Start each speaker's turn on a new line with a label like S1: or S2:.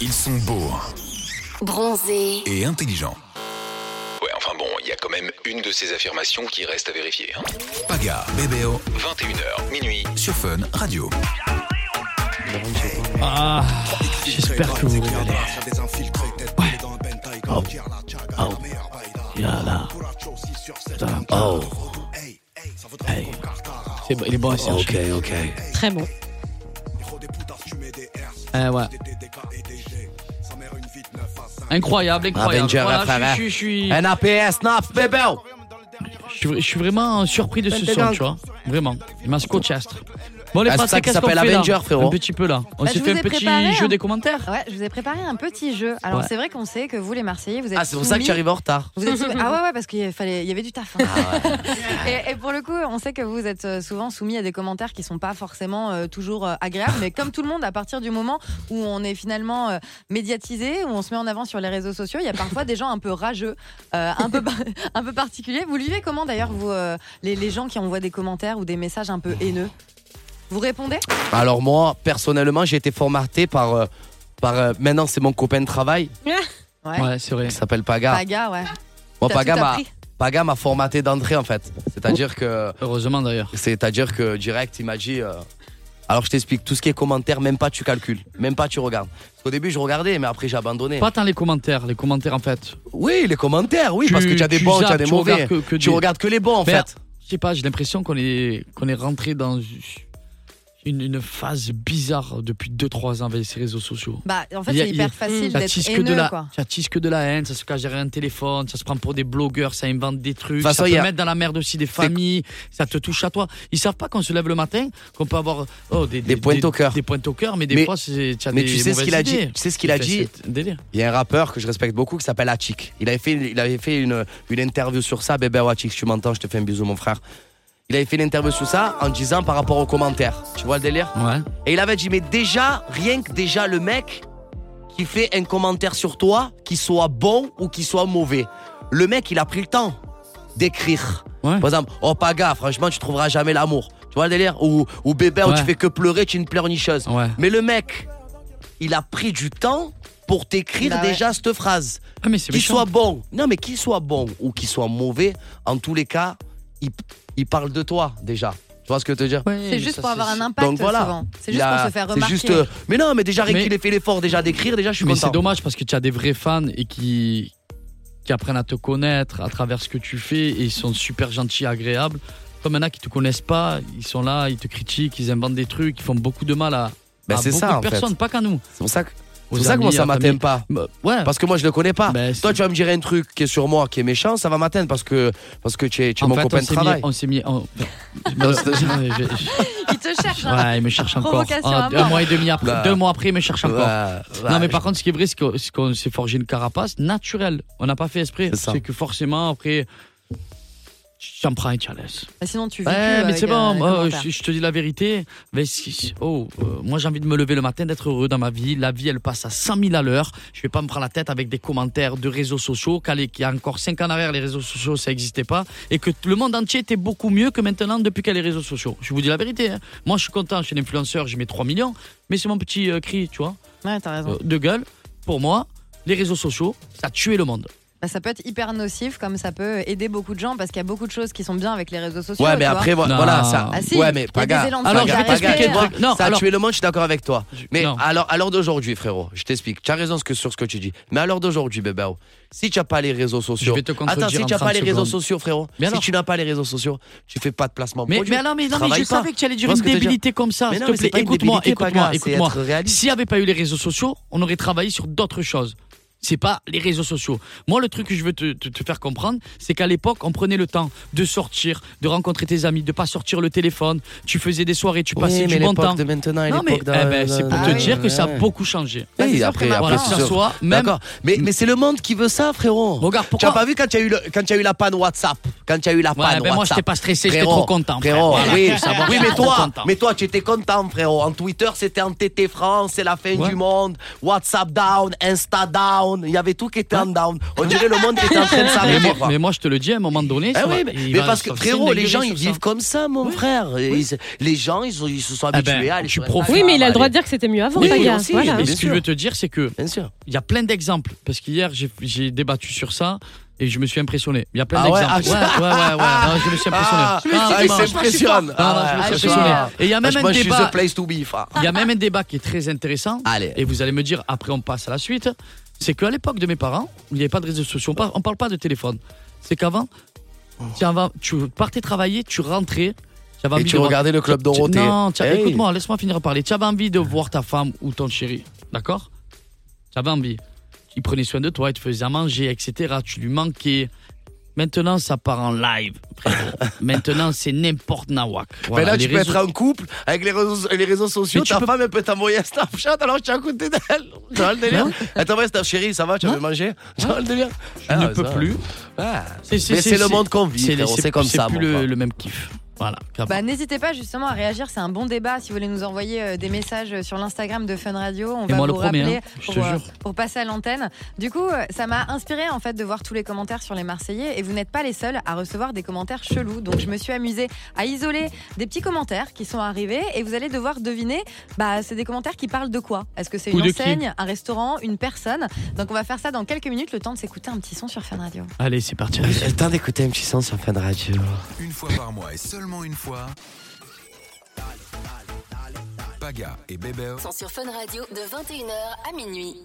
S1: Ils sont beaux
S2: Bronzé,
S1: et intelligents.
S3: Ouais, enfin bon, il y a quand même une de ces affirmations qui reste à vérifier. hein.
S1: Paga, Bébéo,
S3: 21h, minuit.
S1: sur Fun Radio.
S4: Ah, j'espère que vous vous régalez.
S5: Oh. Oh.
S4: Yallah.
S5: Putain. Oh. Hey.
S4: C'est bon, il est bon, hein. Serge.
S5: Ok, ok.
S6: Très bon.
S4: Euh, ouais. Incroyable, incroyable.
S5: Ravenger
S4: Voilà,
S5: Affarin.
S4: je, suis- je suis, je,
S5: Un APS 9, bébé!
S4: suis, je suis vraiment surpris de ce son, tu vois. Vraiment. Il m'a scotché. Bon, les
S5: Ah, c'est
S4: Français,
S5: ça qui
S4: qu'est-ce qu'on fait
S5: s'appelle
S4: là
S5: Avenger, frérot.
S4: Un petit peu là. On
S6: Bah,
S4: s'est
S6: je
S4: fait
S6: vous
S4: un
S6: ai
S4: petit
S6: préparé
S4: jeu
S6: un-
S4: des commentaires.
S6: Ouais, je vous ai préparé un petit jeu. Alors
S4: Ouais.
S6: c'est vrai qu'on sait que vous les Marseillais, vous êtes
S5: Ah, c'est pour ça que
S6: soumis-
S5: tu arrives en retard.
S6: Vous êtes soumis- Ah ouais, ouais, parce qu'il fallait, il y avait du taf. hein.
S5: Ah ouais.
S6: Et, et pour le coup, on sait que vous êtes euh, souvent soumis à des commentaires qui sont pas forcément euh, toujours euh, agréables, mais comme tout le monde, à partir du moment où on est finalement euh, médiatisé, où on se met en avant sur les réseaux sociaux, il y a parfois des gens un peu rageux, euh, un peu par- un peu particuliers. Vous le vivez comment d'ailleurs vous euh, les, les gens qui envoient des commentaires ou des messages un peu haineux Vous répondez
S5: Alors moi, personnellement, j'ai été formaté par... euh, par euh, maintenant, c'est mon copain de travail
S6: Ouais.
S4: Ouais, c'est vrai.
S5: qui s'appelle Paga.
S6: Paga, ouais.
S5: Moi,
S6: T'as
S5: Paga
S6: tout
S5: m'a,
S6: appris.
S5: Paga m'a formaté d'entrée, en fait.
S4: Oh.
S5: C'est-à-dire que...
S4: Heureusement d'ailleurs.
S5: C'est-à-dire que direct, il m'a dit... euh, alors, je t'explique, tout ce qui est commentaire, même pas tu calcules, même pas tu regardes. Parce qu'au début, je regardais, mais après, j'ai abandonné.
S4: Pas tant les commentaires, les commentaires en fait.
S5: Oui, les commentaires, oui,
S4: Tu-
S5: parce que tu as des
S4: tu
S5: bons, tu as
S4: zappes,
S5: des
S4: tu
S5: mauvais.
S4: regardes que- que
S5: tu
S4: des-
S5: regardes que les bons, en
S4: Mais-
S5: fait.
S4: Je sais pas, j'ai l'impression qu'on est, qu'on est rentré dans une, une phase bizarre depuis 2-3 ans avec ces réseaux sociaux.
S6: Bah, en fait,
S4: Il y a-
S6: c'est
S4: il y a-
S6: hyper facile
S4: Ça
S6: d'être
S4: tisse que
S6: haineux,
S4: de la,
S6: quoi.
S4: ça tisse que de la haine, ça se cache derrière un téléphone, ça se prend pour des blogueurs, ça invente des trucs,
S5: De toute façon,
S4: ça
S5: il y
S4: peut
S5: a-
S4: mettre dans la merde aussi des familles, ça te touche à toi. Ils savent pas qu'on se lève le matin, qu'on peut avoir oh, des,
S5: Des pointes au cœur.
S4: des pointes au cœur, mais des
S5: Mais-
S4: fois c'est, t'as
S5: mais
S4: des
S5: tu sais ce
S4: mauvaises
S5: qu'il a dit-
S4: idées.
S5: tu sais ce qu'il a
S4: Enfin,
S5: dit
S4: c'est un délire.
S5: Il y a un rappeur que je respecte beaucoup qui s'appelle Hachik. Il avait fait, il avait fait une, une interview sur ça. Bébé Hachik, si tu m'entends, je te fais un bisou, mon frère. Il avait fait une interview sur ça en disant par rapport aux commentaires. Tu vois le délire
S4: Ouais.
S5: Et il avait dit, mais déjà, rien que déjà le mec qui fait un commentaire sur toi, qui soit bon ou qui soit mauvais, le mec, il a pris le temps d'écrire.
S4: Ouais.
S5: Par exemple, oh Paga, franchement, tu trouveras jamais l'amour. Tu vois le délire Ou, ou bébé, où
S4: Ouais.
S5: tu fais que pleurer, tu es une pleurnicheuse.
S4: Ouais.
S5: Mais le mec, il a pris du temps pour t'écrire
S6: Bah ouais.
S5: déjà cette phrase.
S4: Ah mais c'est
S5: Qu'il
S4: méchant.
S5: soit bon, non mais qu'il soit bon ou qu'il soit mauvais, en tous les cas, il, il parle de toi déjà. Tu vois ce que je veux te dire
S4: Ouais, mais
S6: C'est juste
S4: ça,
S6: pour avoir
S4: c'est-
S6: un impact
S5: Donc voilà.
S6: souvent. C'est
S5: Il
S6: juste
S5: a-
S6: pour se faire
S5: c'est
S6: remarquer.
S5: juste, euh, mais non, mais déjà rien
S4: Mais-
S5: qu'il ait fait l'effort déjà d'écrire, déjà je suis
S4: Mais
S5: content.
S4: c'est dommage parce que tu as des vrais fans et qui, qui apprennent à te connaître à travers ce que tu fais et ils sont super gentils, agréables. Comme il y en a qui te connaissent pas, ils sont là, ils te critiquent, ils inventent des trucs, ils font beaucoup de mal à,
S5: Ben,
S4: à
S5: c'est
S4: beaucoup
S5: ça,
S4: de
S5: en fait.
S4: personnes, pas qu'à nous.
S5: C'est pour ça que, c'est
S4: Aux
S5: pour ça, que
S4: amis,
S5: moi ça
S4: à la
S5: m'atteint pas.
S4: famille. Bah, ouais.
S5: Parce que moi je le connais pas.
S4: Ben,
S5: Toi
S4: c'est-
S5: tu vas me dire un truc qui est sur moi, qui est méchant, ça va m'atteindre parce que, parce que tu es, tu es
S4: en
S5: mon
S4: fait,
S5: copain
S4: on
S5: de
S4: s'est mis-
S5: travail.
S4: on s'est mis. on- Non, c'est- je- je-
S6: Il te cherche. hein.
S4: Ouais, il me cherche encore.
S6: Provocation
S4: Ah,
S6: à
S4: deux
S6: mort.
S4: mois et demi après,
S5: Bah.
S4: deux mois après, il me cherche encore.
S5: Bah, bah,
S4: non, mais par contre, ce qui est vrai, c'est qu'on c'est qu'on s'est forgé une carapace naturelle. On n'a pas fait esprit.
S5: C'est ça.
S4: C'est que forcément, après, tu t'en prends et tu la laisses.
S6: Bah, Sinon, tu vis plus
S4: Ouais, mais
S6: avec,
S4: c'est
S6: euh, les
S4: bon, euh,
S6: commentaires.
S4: je, je te dis la vérité. Mais si- si- oh, euh, moi, j'ai envie de me lever le matin, d'être heureux dans ma vie. La vie, elle passe à 100 000 à l'heure. Je vais pas me prendre la tête avec des commentaires de réseaux sociaux. qu'à l'é- Qu'il y a encore 5 ans en arrière, les réseaux sociaux, ça n'existait pas. Et que t- le monde entier était beaucoup mieux que maintenant depuis qu'il y a les réseaux sociaux. Je vous dis la vérité. hein. Moi, je suis content, je suis un influenceur, j'ai mes 3 millions. Mais c'est mon petit euh, cri, tu vois,
S6: Ouais, t'as raison.
S4: euh, de gueule. Pour moi, les réseaux sociaux, ça a tué le monde.
S6: Bah, ça peut être hyper nocif, comme ça peut aider beaucoup de gens, parce qu'il y a beaucoup de choses qui sont bien avec les réseaux sociaux.
S5: Ouais, mais
S6: tu vois.
S5: après, vo-
S4: Non.
S5: voilà, ça.
S6: Ah si,
S5: ouais,
S6: il y
S5: mais
S6: a des
S5: Paga,
S6: élans de
S5: Paga,
S4: solidarité.
S5: Paga, tu vois,
S4: Ouais. Non,
S5: ça a
S4: alors-
S5: tué le monde, je suis d'accord avec toi.
S4: Je-
S5: Mais
S4: non.
S5: alors, à l'heure d'aujourd'hui, frérot, je t'explique. Tu as raison ce que- sur ce que tu dis. Mais à l'heure d'aujourd'hui, bébé, oh, si tu n'as pas les réseaux sociaux.
S4: Je vais te contredire
S5: Attends, si
S4: en
S5: tu n'as pas
S4: 30
S5: les réseaux
S4: secondes.
S5: sociaux, frérot,
S4: Mais
S5: si
S4: alors
S5: tu n'as pas les réseaux sociaux, tu fais pas de placement.
S4: Mais,
S5: produit.
S4: mais alors, mais, non, mais
S5: Travaille
S4: je
S5: pas.
S4: savais que tu allais dire
S5: Tu vois
S4: une
S5: ce que je veux dire
S4: débilité comme ça.
S5: Mais
S4: S'il
S5: non,
S4: te
S5: mais c'est
S4: plaît,
S5: pas une
S4: écoute-moi,
S5: débilité,
S4: écoute-moi,
S5: Paga, c'est
S4: écoute-moi.
S5: être réaliste.
S4: S'il n'y avait pas eu les réseaux sociaux, on aurait travaillé sur d'autres choses. C'est pas les réseaux sociaux. Moi, le truc que je veux te, te- te faire comprendre, c'est qu'à l'époque, on prenait le temps de sortir, de rencontrer tes amis, de pas sortir le téléphone. Tu faisais des soirées, tu
S5: Oui,
S4: passais du
S5: mais
S4: bon
S5: l'époque
S4: temps.
S5: de maintenant et
S4: Non, mais
S5: l'époque d'un-
S4: eh ben, c'est pour
S5: d'un-
S4: te
S6: Ah oui.
S4: dire que ça a
S5: Ouais.
S4: beaucoup changé.
S6: Bah, c'est
S5: Oui,
S6: sûr que
S5: après,
S6: maintenant,
S5: après,
S4: Voilà, que
S5: c'est
S4: ça
S5: sûr.
S4: soit même.
S5: D'accord. Mais, mais c'est le monde qui veut ça, frérot.
S4: Regarde,
S5: Tu n'as
S4: pourquoi
S5: pas vu quand il y a eu le- quand il y a eu la panne WhatsApp Quand il y a eu la
S4: Ouais,
S5: panne
S4: ben moi,
S5: WhatsApp.
S4: j'étais pas stressé, j'étais
S5: Frérot,
S4: trop content. frère.
S5: Frérot,
S4: Voilà,
S5: oui,
S4: faut savoir,
S5: oui,
S4: j'étais
S5: mais
S4: trop
S5: toi,
S4: content.
S5: mais toi, tu étais content, frérot. En Twitter, c'était en TT France, c'est la fin
S4: Ouais.
S5: du monde. WhatsApp down, Insta down, down. Il y avait tout qui était en down. On dirait le monde était en train de
S4: Mais
S5: s'arrêter.
S4: moi,
S5: quoi.
S4: mais moi, je te le dis, à un moment donné.
S5: Eh
S4: ça
S5: oui,
S4: va-
S5: mais,
S4: il
S5: mais
S4: va-
S5: parce que
S4: ça va
S5: frérot, les gens
S4: s'engueuler
S5: ils
S4: sur
S5: vivent
S4: ça.
S5: comme ça, mon frère. Et ils- les gens ils, sont- ils se sont
S4: Ah ben,
S5: habitués à aller
S4: tu
S5: sur
S4: profites.
S5: Instagram,
S7: Oui, mais il a le droit
S5: aller-
S7: de dire que c'était mieux avant,
S5: Bah, Oui,
S7: Paga.
S5: aussi,
S7: Voilà.
S5: mais-
S4: Et ce
S5: hein. Bien
S4: que je
S5: sûr.
S4: veux te dire, c'est que
S5: Bien sûr.
S4: il y a plein d'exemples. Parce qu'hier, j'ai- j'ai débattu sur ça et je me suis impressionné. Il y a plein
S5: Ah ouais,
S4: d'exemples. Ouais, ouais, ouais, ouais. Non, je me suis impressionné.
S5: Ah,
S4: Non,
S5: ah,
S4: non,
S5: il
S4: non.
S5: s'impressionne.
S4: Non, non, je me
S5: Ah,
S4: suis
S5: je suis-
S4: impressionné. Et il y a même
S5: Moi,
S4: un
S5: je suis
S4: débat.
S5: the place to be, frère.
S4: Il y a même un débat qui est très intéressant.
S5: Allez.
S4: Et vous allez me dire, après on passe à la suite, c'est qu'à l'époque de mes parents, il n'y avait pas de réseaux sociaux, on par- on parle pas de téléphone. C'est qu'avant, tu avais- tu partais travailler, tu rentrais, tu avais
S5: Oh. Et
S4: envie
S5: tu
S4: de voir-
S5: regardais le club
S4: tu-
S5: Dorothée.
S4: Non, tu-
S5: Hey. Ah.
S4: écoute-moi, laisse-moi finir de parler. Tu avais envie de voir ta femme ou ton chéri, d'accord Tu avais envie. Il prenait soin de toi, il te faisait à manger, etc. Tu lui manquais. Maintenant, ça part en live. frérot. Maintenant, c'est n'importe nawak.
S5: Mais
S4: Voilà,
S5: là,
S4: les
S5: tu peux
S4: réseaux-
S5: être en couple avec les réseaux, les réseaux sociaux.
S4: Mais tu
S5: Ta
S4: peux-
S5: femme, elle peut t'envoyer un Snapchat alors que tu es à côté d'elle. Tu vois le délire Elle t'envoie un Snap, chérie, ça va, tu
S4: Ouais.
S5: veux manger Tu vois le délire Ah,
S4: Je ne peux plus. C'est-
S5: Mais c'est le monde qu'on vit,
S4: c'est-
S5: frérot,
S4: c'est-
S5: c'est comme
S4: c'est
S5: ça,
S4: plus
S5: mon
S4: le,
S5: frère.
S4: le même kiff. Voilà. grave.
S6: Bah, N'hésitez pas justement à réagir, c'est un bon débat. Si vous voulez nous envoyer euh, des messages sur l'Instagram de Fun Radio, on
S4: Et
S6: va
S4: moi,
S6: vous
S4: le premier,
S6: rappeler
S4: hein, je te
S6: pour, euh,
S4: jure.
S6: pour passer à l'antenne. Du coup, euh, ça m'a inspiré en fait de voir tous les commentaires sur les Marseillais et vous n'êtes pas les seuls à recevoir des commentaires chelous. Donc je me suis amusée à isoler des petits commentaires qui sont arrivés et vous allez devoir deviner. Bah, c'est des commentaires qui parlent de quoi Est-ce que c'est
S4: Ou
S6: une
S4: de qui
S6: enseigne, un restaurant, une personne Donc on va faire ça dans quelques minutes, le temps de s'écouter un petit son sur Fun Radio.
S4: Allez, c'est parti.
S5: J'ai le temps d'écouter un petit son sur Fun Radio.
S1: Une fois par mois et seulement une fois. Paga et Bébé
S2: sont sur Fun Radio de 21h à minuit.